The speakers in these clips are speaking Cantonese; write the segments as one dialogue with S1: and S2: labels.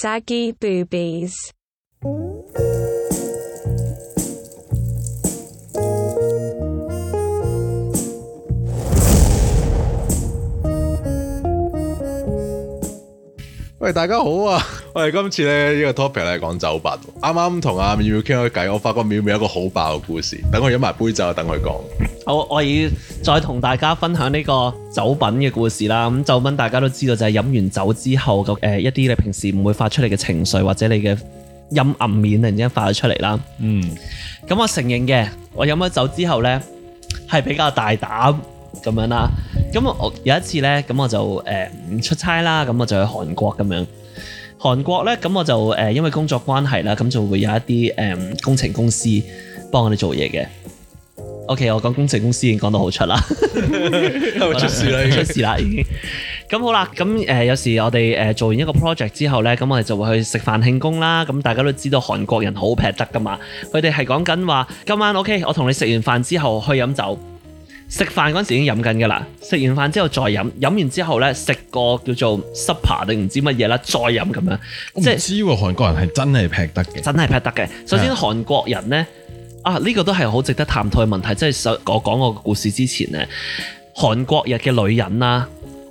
S1: saggy boobies.
S2: 喂，大家好啊！我哋今次咧呢、個 topic 咧講酒吧喎，啱啱同阿妙妙傾咗偈，我發覺妙妙有一個好爆嘅故事，等我飲埋杯酒，等佢講。
S3: 我我要再同大家分享呢個酒品嘅故事啦。咁酒品大家都知道就係飲完酒之後嘅誒一啲你平時唔會發出嚟嘅情緒或者你嘅陰暗面突然之間發咗出嚟啦。
S4: 嗯，
S3: 咁我承認嘅，我飲咗酒之後呢，係比較大膽咁樣啦。咁我有一次呢，咁我就誒、呃出差啦，咁我就去韓國咁樣。韓國呢，咁我就誒、呃因為工作關係啦，咁就會有一啲誒、呃工程公司幫我哋做嘢嘅。OK，我講工程公司已經講到好出啦。
S2: 因為出事 啦已經
S3: 出事啦已經。咁好啦，咁誒、呃有時我哋誒、呃做完一個 project 之後咧，咁我哋就會去食飯慶功啦。咁大家都知道韓國人好劈得噶嘛，佢哋係講緊話今晚 OK，我同你食完飯之後去飲酒。食飯嗰陣時已經飲緊㗎啦，食完飯之後再飲，飲完之後咧食個叫做 supper 定唔知乜嘢啦，再飲咁樣，
S4: 我唔
S3: 即
S4: 知
S3: 係
S4: 喎，韓國人係真係劈得嘅。
S3: 真係劈得嘅。首先韓國人呢，啊呢、個都係好值得探討嘅問題，即係首我講我個故事之前呢，韓國人嘅女人啦，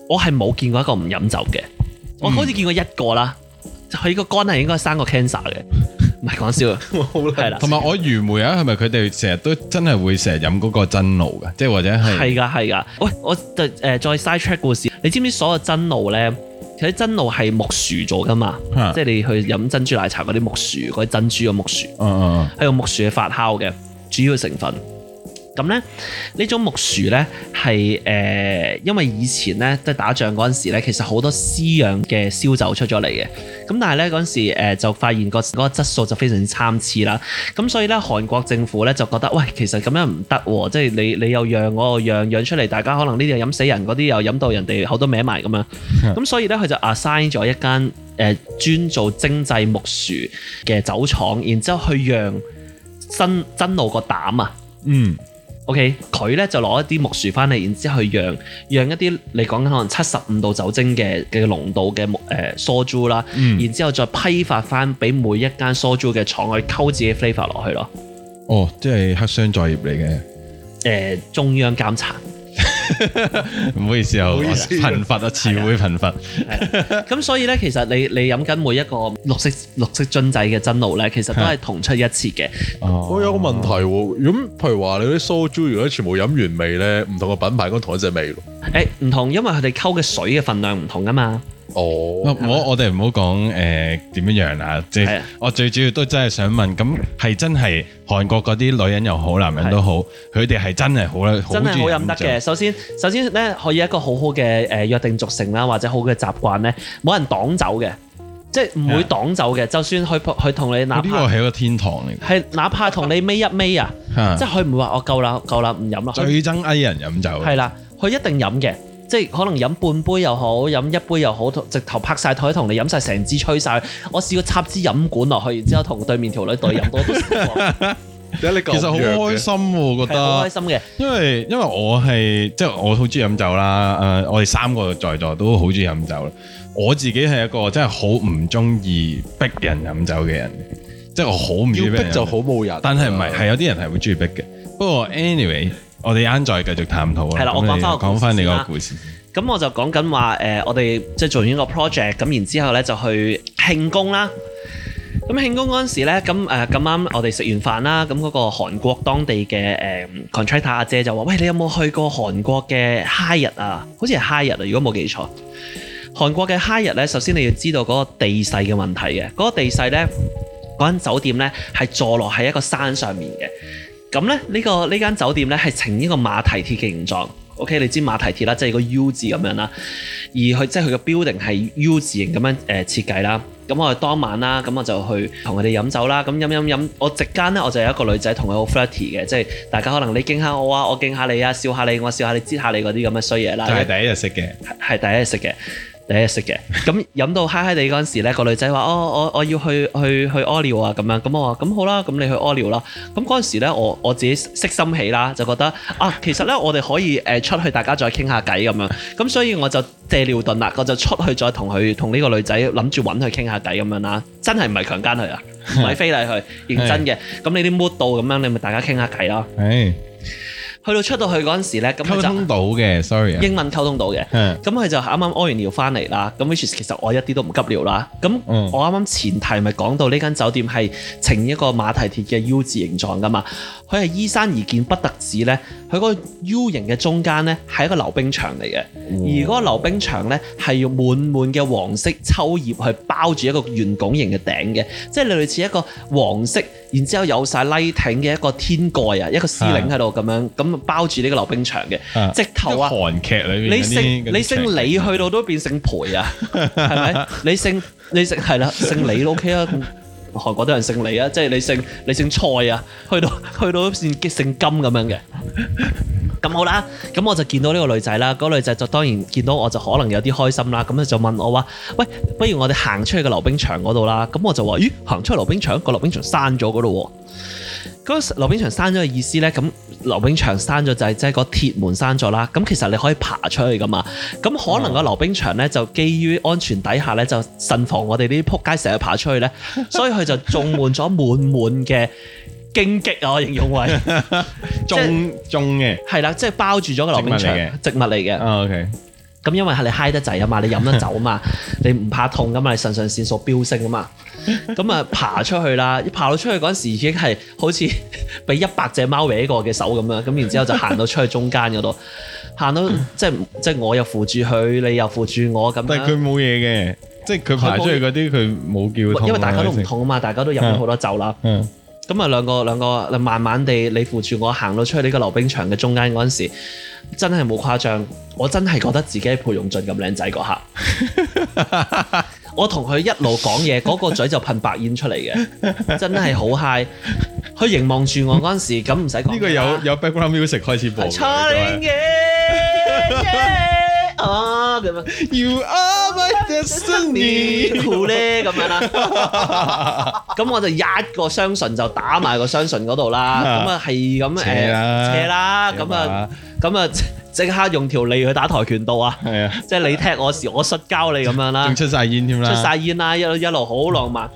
S3: 我係冇見過一個唔飲酒嘅，我好似見過一個啦，佢個肝係應該生過 cancer 嘅， 唔係講笑啊，係啦，
S4: 同埋我愚昧啊，係咪佢哋成日都真係會成日飲嗰個真露嘅，即係或者係
S3: 係噶係噶。喂，我就誒、再 side track 故事，你知唔知所有真露呢？其實真露係木薯做噶嘛，
S4: 嚇
S3: 即係你去飲珍珠奶茶嗰啲木薯，嗰啲珍珠嘅木薯。
S4: 嗯嗯
S3: 係用木薯去發酵嘅主要成分。咁咧呢種木薯咧係誒，因為以前咧即係打仗嗰陣時咧，其實好多私釀嘅燒酒出咗嚟嘅。咁但係咧嗰陣時誒就發現個嗰個質素就非常之參差啦。咁所以咧韓國政府咧就覺得喂，其實咁樣唔得喎，即係你你又釀我又釀，釀出嚟大家可能呢啲又飲死人，嗰啲又飲到人哋口都歪埋咁樣。咁所以咧佢就 assign 咗一間誒專做精製木薯嘅酒廠，然之後去釀。真真露個膽啊
S4: 嗯
S3: ！OK，佢咧就攞一啲木薯翻嚟，然之後去釀釀一啲你講緊可能七十五度酒精嘅嘅濃度嘅木誒梳珠啦，
S4: 嗯
S3: 然之後再批發翻俾每一間梳珠嘅廠去溝自己 flavor 落去咯。
S4: 嗯，哦，即係黑箱作業嚟嘅。
S3: 誒、中央監察，
S4: 唔好意思啊，
S2: 唔好
S4: 我
S2: 意思
S4: 貧乏啊，詞彙貧乏。
S3: 咁所以咧，其實你你飲緊每一個綠色綠色樽仔嘅真露咧，其實都係同出一轍嘅。
S4: 哦
S2: 我有個問題喎，咁譬如話你啲蘇珠如果全部飲完味咧，唔同嘅品牌應該同一隻味咯。
S3: 誒、唔同，因為佢哋溝嘅水嘅份量唔同噶嘛。
S4: 我
S2: 哦，
S4: 我我哋唔好講誒點樣樣啦，即
S3: 係
S4: 係
S3: 啊
S4: 我最主要都真係想問，咁係真係韓國嗰啲女人又好，男人都好，佢哋係真係好啦，好
S3: 真係
S4: 中
S3: 好
S4: 意
S3: 飲得
S4: 酒
S3: 嘅。首先，首先咧可以一個好好嘅誒約定俗成啦，或者好嘅習慣咧，冇人擋酒嘅，即係唔會擋酒嘅。就算佢佢同你哪
S4: 呢個
S3: 怕
S4: 係一個天堂嚟嘅
S3: 係哪怕同你咪一咪啊，
S4: 嚇
S3: 即係佢唔會話哦我夠啦夠啦唔飲啦，佢
S4: 最憎翳人飲酒嘅。
S3: 係啦，佢一定飲嘅。即係可能飲半杯又好，飲一杯又好，直頭拍晒台同你飲晒成支吹晒。我試過插支飲管落去，然之後同對面條女對 飲多都試過
S2: 其
S4: 其實好開心喎，我覺
S3: 係好開
S4: 得，
S3: 心嘅。
S4: 因為因為我係即係我好中意飲酒啦。誒、我哋三個在座都好中意飲酒。我自己係一個真係好唔中意逼人飲酒嘅人嘅，即係我好唔中意
S2: 要
S4: 逼人
S2: 逼
S4: 飲
S2: 就
S4: 酒
S2: 好冇人，
S4: 但係唔係
S3: 啊
S4: 係有啲人係會中意逼嘅。不過 anyway，我哋一陣再繼續探討啦。啊
S3: 係啦我
S4: 咁
S3: 講
S4: 你
S3: 返個故事
S4: 講翻你
S3: 先
S4: 個
S3: 啦
S4: 故事。
S3: 咁我就講緊話誒，我哋即係做完一個 project，咁然之後咧就去慶功啦。咁慶功嗰陣時咧，咁誒咁啱我哋食完飯啦，咁嗰個韓國當地嘅誒 contractor 阿姐就話：喂，你有冇去過韓國嘅 high 日啊？好似係 high 日啊，如果冇記錯。韓國嘅 high 日咧，首先你要知道嗰個地勢嘅問題嘅，嗰、個地勢咧，嗰間酒店咧係坐落喺一個山上面嘅。咁咧呢個呢間酒店咧係呈呢個馬蹄鐵嘅形狀。OK，你知馬蹄鐵啦，即係個 U 字咁樣啦。而佢即係佢嘅 building 係 U 字形咁樣誒設計啦。咁我哋當晚啦，咁我就去同佢哋飲酒啦。咁飲飲飲，我席間咧我就有一個女仔同佢好 flirty 嘅，即係大家可能你敬下我啊，我敬下你啊，笑下你，我笑下你，擠下你嗰啲咁嘅衰嘢啦。
S4: 就係第一日識嘅，
S3: 係第一日食嘅。第一日識嘅，咁飲到嗨嗨地嗰陣時咧，個女仔話：哦，我我要去去去屙尿啊咁樣，咁我話：咁好啦，咁你去屙尿啦。咁嗰陣時咧，我我自己識心起啦，就覺得啊，其實咧我哋可以誒出去，大家再傾下偈咁樣。咁所以我就借尿遁啦，我就出去再同佢同呢個女仔諗住揾佢傾下偈咁樣啦。真係唔係強姦佢啊， 唔係非禮佢，認真嘅。咁你啲 mood 到咁樣，你咪大家傾下偈啦。
S4: 唉，
S3: 去到出到去嗰陣時咧，咁佢
S4: 溝通
S3: 啊就
S4: 到嘅，sorry 啊，
S3: 英文溝通到嘅。
S4: 嗯
S3: 咁佢就啱啱屙完尿翻嚟啦，咁 which is 其實我一啲都唔急尿啦。咁
S4: 嗯
S3: 我啱啱前提咪講到呢間酒店係呈一個馬蹄鐵嘅 U 字形狀噶嘛，佢係依山而建不特止呢，佢嗰個 U 型嘅中間呢係一個溜冰場嚟嘅，而嗰個溜冰場呢係用滿滿嘅黃色秋葉去包住一個圓拱形嘅頂嘅，即係類似一個黃色，然之後有晒 lighting 嘅一個天蓋啊，一個司令喺度咁樣咁包住呢個溜冰場嘅，
S4: 啊
S3: 直頭啊！
S4: 韓劇裏面
S3: 你姓
S4: 嗰啲啊
S3: 你姓
S4: 嗰啲
S3: 李去到都變姓裴啊， 係咪？你姓你姓係啦，姓李都 OK 啊。咁韓國都有人姓李啊，即係你姓你姓蔡啊，去到 去到變姓金咁樣嘅。咁好啦，咁我就見到呢個女仔啦，嗰、個女仔就當然見到我就可能有啲開心啦，咁佢就問我話：喂，不如我哋行出去個溜冰場嗰度啦。咁我就話：咦，行出去溜冰場，個溜冰場閂咗嗰度喎。嗰個溜冰場閂咗嘅意思呢，咁溜冰場閂咗就係即係個鐵門閂咗啦。咁其實你可以爬出去噶嘛。咁可能個溜冰場呢，就基於安全底下呢，就慎防我哋呢啲撲街成日爬出 去呢。所以佢就種滿咗滿滿嘅荊棘啊！我形容 為。
S4: 中中嘅
S3: 係啦，即係包住咗個溜冰場植物嚟嘅。
S4: 啊，OK，
S3: 咁因為係你嗨得滯 啊嘛，你飲得酒啊嘛，你唔怕痛噶嘛，你腎上腺素飆升 啊嘛。咁啊，爬出去啦！一爬到出去嗰陣時，已經係好似 俾一百隻貓搲過嘅手咁樣。咁然之後就行到出去中間 嗰度，行到即係即係我又扶住佢，你又扶住我咁
S4: 但係
S3: 樣。
S4: 佢冇嘢嘅，即係佢排出去嗰啲佢冇叫痛啊，
S3: 因為大家都
S4: 係
S3: 唔
S4: 咪先，
S3: 痛啊嘛，大家都飲咗好多酒啦。
S4: 嗯
S3: 咁啊，兩個兩個慢慢地，你扶住我行到出去呢個溜冰場嘅中間嗰陣時，真係冇誇張，我真係覺得自己係裴勇俊咁靚仔嗰刻。 我同佢一路講嘢，嗰、個嘴就噴白煙出嚟嘅，真係好嗨。佢凝望住我嗰陣時，咁唔使講啦。
S4: 呢個有有 background music 開始播嘅。
S3: Charlie 嘅耶啊咁樣。
S4: You are my destiny。
S3: 酷咧咁樣啦， 咁我就一個雙唇就打埋個雙唇嗰度啦，咁啊係咁誒
S4: 斜啦
S3: 斜啦， 咁啊咁啊即即刻用條脷去打跆拳道啊，
S4: 係啊，
S3: 即係你踢我時我摔跤你咁樣啦
S4: 仲，出晒煙添啦，
S3: 出晒煙啦，一路一路好浪漫。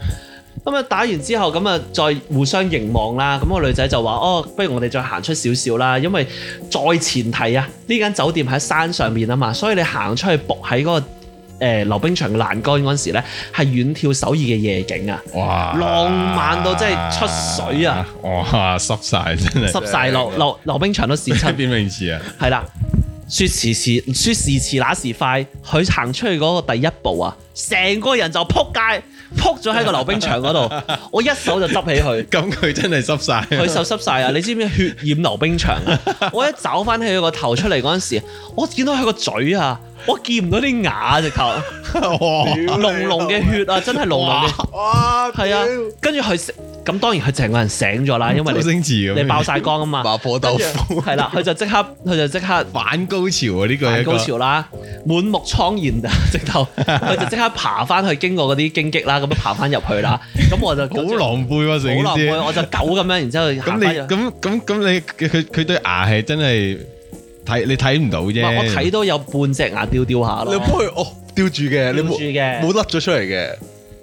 S3: 咁啊打完之後，咁啊再互相凝望啦。咁、個女仔就話：哦，不如我哋再行出少少啦，因為再前提啊，呢間酒店喺山上面啊嘛，所以你行出去仆喺嗰個呃溜冰場嘅欄杆嗰陣時咧，係遠眺首爾嘅夜景啊，
S4: 哇，
S3: 浪漫到真係出水啊！
S4: 哇，濕晒真係，
S3: 濕晒落落溜冰場 都跣
S4: 喺
S3: 親，
S4: 邊泳池啊？
S3: 係啦。説時遲，説時遲那時快，佢行出去嗰個第一步啊，成個人就撲街，撲咗喺個溜冰場嗰度，我一手就執起佢。
S4: 咁佢真係濕晒，
S3: 佢手濕晒啊！你知唔知血染溜冰場啊？我一找翻起佢個頭出嚟嗰陣時，我見到佢個嘴啊，我見唔到啲牙 直
S4: 哎
S3: 頭，
S4: 哇
S3: 濃濃嘅血啊，真係濃濃嘅，
S2: 哇，
S3: 係啊！跟住佢成咁當然佢成個人醒 咗啦，因為
S4: 周星
S3: 你
S4: 馳咁，
S3: 你爆晒光啊嘛，
S2: 麻婆豆腐，
S3: 係啦，佢就即刻佢就即刻
S4: 反高潮啊！呢個係
S3: 大
S4: 一個
S3: 高潮啦，滿目瘡然啊， 直頭佢就即刻爬翻去經過嗰啲荊棘啦，咁樣爬翻入去啦，咁我就
S4: 好狼狽喎，成
S3: 好
S4: 件
S3: 狼狽，
S4: 事。
S3: 我就狗咁樣，然之後
S4: 咁
S3: 行
S4: 你
S3: 翻入去。
S4: 咁咁咁你佢佢對牙係真係睇你睇唔到啫，
S3: 唔係我睇到有半隻牙掉掉下
S2: 你
S3: 咯
S2: 幫。佢哦吊住嘅，你
S3: 吊
S2: 冇
S3: 住嘅
S2: 冇甩咗出嚟嘅。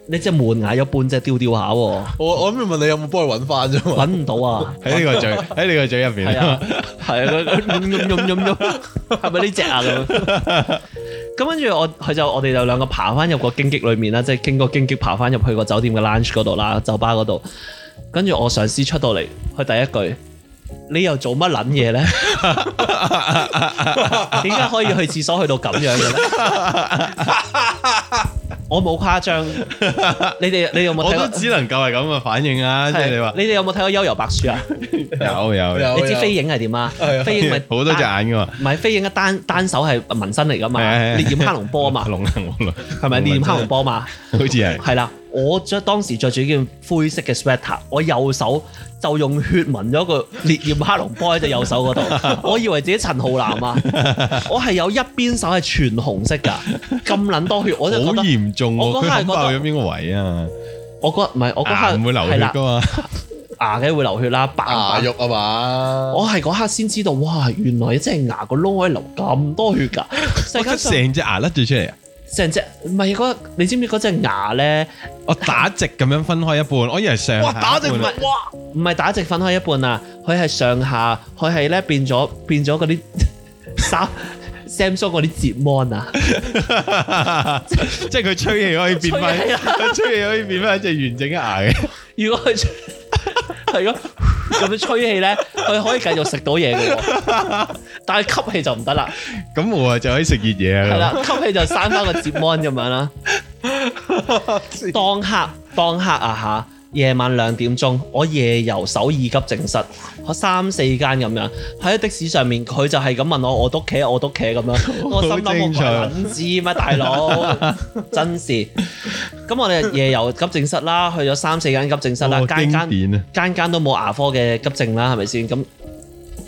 S3: 你隻門牙有半隻掉掉下 喎，
S2: 我我諗住問你有冇幫佢揾翻啫嘛？
S3: 揾唔到啊！
S4: 喺呢個嘴喺呢個嘴入邊
S3: 係啊，係啊，佢嗡嗡嗡嗡嗡，係咪呢只啊咁樣？咁跟住我佢就我哋就兩個爬翻入個荊棘裏面啦，即係經過荊棘爬翻入去個酒店嘅 lunch 嗰度啦，酒吧嗰度。跟住我上司出到嚟，佢第一句：你又做乜撚嘢咧？點解可以去廁所去到咁樣嘅咧？我冇誇張，你哋你哋有冇
S4: 我
S3: 睇過
S4: 都？只能夠係咁嘅反應啊！即係你話
S3: 你哋有冇睇過《幽遊白書》啊？
S4: 有有有
S2: 有
S3: 你知飛影係點啊
S2: 係啊？
S3: 飛影咪
S4: 好多隻
S3: 單，
S4: 眼噶嘛，
S3: 唔係飛影嘅單單手係紋身嚟噶嘛？
S4: 係係係啊
S3: 烈焰黑龍波嘛，
S4: 龍龍龍，
S3: 係咪烈焰黑龍波嘛？
S4: 好似係
S3: 係啦，我着當時着住呢件灰色嘅 sweater，我右手就用血紋咗個烈焰黑龍波喺隻右手 嗰度，我以為自己陳浩南啊，我係有一邊手係全紅色㗎，咁撚多血，我真係覺
S4: 好
S3: 得
S4: 嚴重
S3: 我
S4: 喎！
S3: 嗰
S4: 佢
S3: 下係
S4: 肯爆
S3: 覺
S4: 咗
S3: 得
S4: 邊個位啊？
S3: 我嗰唔係我嗰刻
S4: 牙唔會流
S3: 係
S4: 血
S3: 啦
S4: 噶嘛？
S3: 牙嘅會流血啦，白
S2: 牙
S3: 白。
S2: 肉啊嘛，
S3: 我係嗰刻先知道，哇！原來即係牙個窿可以流咁多血㗎，世
S4: 我
S3: 界
S4: 得
S3: 上
S4: 成隻牙甩咗出嚟啊！
S3: 成隻唔係嗰，你知唔知嗰隻牙咧？
S4: 我打直咁樣分開一半，我以為上
S2: 哇
S4: 下
S2: 打直
S4: 一半
S2: 唔
S4: 啊
S2: 係哇，
S3: 唔係打直分開一半啊，佢係上下，佢係咧變咗變咗嗰啲 三 Samsung 嗰啲折 mon 啊，
S4: 即係佢吹氣可以變翻，
S3: 吹氣啊啦
S4: 佢 吹氣可以變翻一隻完整嘅牙嘅。
S3: 如果佢吹 係咯咁樣吹氣咧，佢可以繼續食到嘢嘅喎，但係吸氣就唔得啦，
S4: 咁我啊就可以食熱嘢
S3: 係
S4: 啊！
S3: 啦，吸氣就生翻個折 mon 咁樣啦。當刻當刻啊嚇，夜晚兩點鐘，我夜遊首爾急症室，我三四間咁樣喺的士上面，佢就係咁問我我屋企我屋企 咁樣，我心諗我
S4: 正常
S3: 鬼撚知咩大 佬，真是。咁我哋夜遊急症室啦，去咗三四間急症室啦，
S4: 哦
S3: 間間
S4: 經典啊！
S3: 間間都冇牙科嘅急症啦，係咪先？咁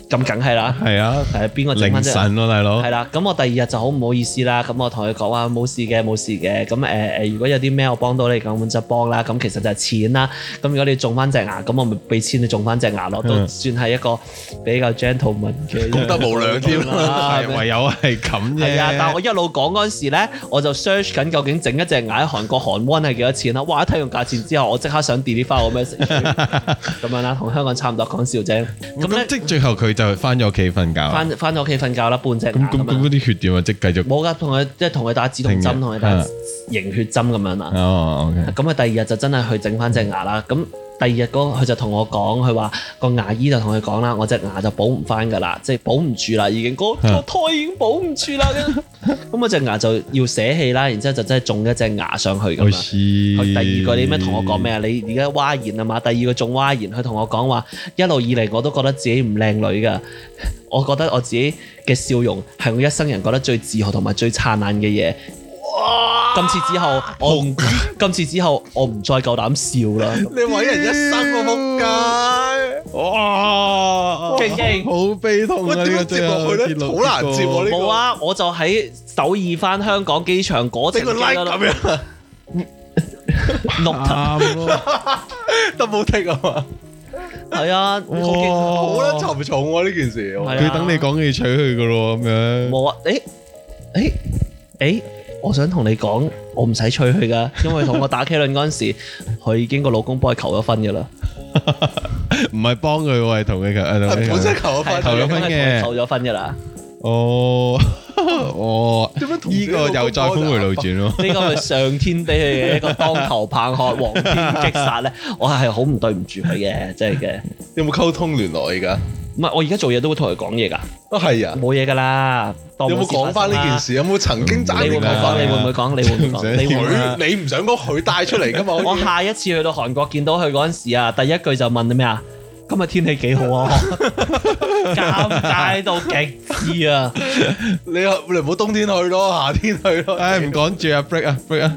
S3: 咁梗係啦，
S4: 係啊，
S3: 係邊個整
S4: 凌
S3: 翻啫？
S4: 晨咯，大佬
S3: 係。啦，咁我第二日就好唔好意思啦，咁我同佢講話冇事嘅，冇事嘅，咁誒誒，如果有啲咩我幫到你，咁就幫啦，咁其實就係錢啦，咁如果你種翻隻牙，咁我咪俾錢你種翻隻牙咯，都
S4: 嗯
S3: 算係一個比較 gentleman 嘅，
S2: 功德無量 添
S3: 啦
S4: 係唯有係咁啫。
S3: 啊係啊，但我一路講嗰陣時咧，我就 search 緊究竟整一隻牙喺韓國韓灣係幾多錢啦。哇！一睇完價錢之後，我即刻想 delete 翻我 message 咁樣啦，同香港差唔多，講笑啫。咁咧
S4: 咁即係最後佢就翻咗屋企瞓覺啦。
S3: 翻翻咗屋企瞓覺啦，半隻牙
S4: 咁咁
S3: 咁
S4: 咁
S3: 樣
S4: 嗰啲血點啊？即係繼續
S3: 冇噶，同佢即係同佢打止痛針，
S4: 停嘅
S3: 同佢打
S4: 啊
S3: 凝血針咁樣啦。
S4: 哦，OK，
S3: 咁佢啊第二日就真係去整翻隻牙啦。咁第二日嗰個佢就同我講，佢話個牙醫就同佢講啦，我隻牙就補唔翻㗎啦，即係補唔住啦，已經個個
S4: 嗯
S3: 胎已經補唔住啦。咁我隻牙就要捨棄啦，然之後就真係種一隻牙上 去
S4: 我
S3: 咁啦。
S4: 試。
S3: 佢第二個你咩同我講咩？啊？你而家蛙言啊嘛，第二個仲蛙言，佢同我講話一路以嚟我都覺得自己唔靚女噶，我覺得我自己嘅笑容係我一生人覺得最自豪同埋最燦爛嘅嘢。今次之後我唔，今次之後我唔再夠膽笑啦。
S2: 你毀人一生個仆街，
S4: 哇！
S3: 勁勁
S4: 好悲痛
S2: 喂
S4: 啊！呢個
S2: 點樣接
S4: 最後
S2: 落去
S4: 結論
S2: 咧？好難接喎呢
S3: 冇
S2: 個，
S3: 啊，我就喺首爾翻香港機場嗰
S2: 整
S3: 程
S2: 個 like 咁樣
S3: 碌
S4: 哦啱
S2: 啊
S4: 咯，
S2: 都冇剔啊嘛，
S3: 係啊，好勁
S4: 哇！
S2: 好啦，沉重喎呢件事，我
S3: 係啊
S4: 佢等你講嘢取佢噶咯，咁樣。
S3: 冇啊！誒誒誒，我想同你講，我唔使催佢噶，因為同我打 K 輪嗰陣時，佢已經個老公幫佢求咗婚噶啦，
S4: 唔係幫佢喎，係同佢嘅，
S2: 係
S4: 同佢
S2: 本身求咗
S3: 係
S2: 婚
S4: 求咗
S3: 佢
S4: 婚
S3: 已經
S4: 嘅
S3: 求咗婚噶啦。
S4: 哦 哦，
S2: 點 樣同
S4: 呢個又
S2: 啊
S4: 再峰回路轉咯。
S3: 呢個係上天俾佢嘅一個當頭棒喝、黃天擊殺咧，我係好唔對唔住佢嘅，真係嘅。
S2: 有冇溝通聯絡而家？
S3: 唔係，我而家做嘢都會同佢講嘢㗎，
S2: 啊係啊，
S3: 冇嘢㗎啦。當
S2: 有冇
S3: 冇事
S2: 講翻呢
S3: 發
S2: 件
S3: 生啦？啊
S2: 事？有冇曾經爭
S3: 你會
S2: 啲
S3: 唔會講？你會唔會講？你會唔會
S4: 唔使
S3: 講？
S2: 啊
S3: 你會唔會
S4: 講啦
S2: 佢？你唔想講佢帶出嚟噶嘛？
S3: 我下一次去到韓國見到佢嗰陣時啊，第一句就問你咩啊？今日天氣幾好啊！ 尷尬到極致啊！
S2: 你你唔好冬天去咯，夏天去咯。
S4: 唉，唔講住啊，break 啊，break 啊。